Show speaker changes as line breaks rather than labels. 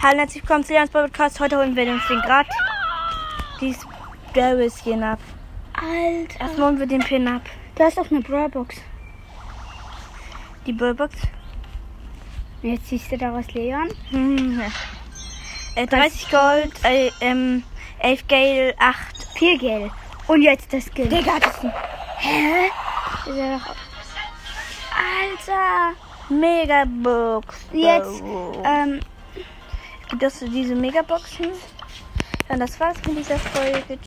Hallo und herzlich willkommen zu Leons Podcast. Heute holen wir uns den Grad. Dies Skin ab.
Alter.
Erstmal holen wir den Pin ab.
Da ist auch eine Brawlbox.
Die Bullbox.
Jetzt siehst du daraus Leon.
Hm. Äh, 30 Gold, äh, ähm, 11 Gale, 8.
Viel Geld. Und jetzt das Geld.
Digga, das ist ein
Hä? Das ist ja doch- Alter.
Megabox.
Jetzt,
Äh,
ähm,
Gibt es diese Megaboxen? Ja, Und das war's mit dieser Folge.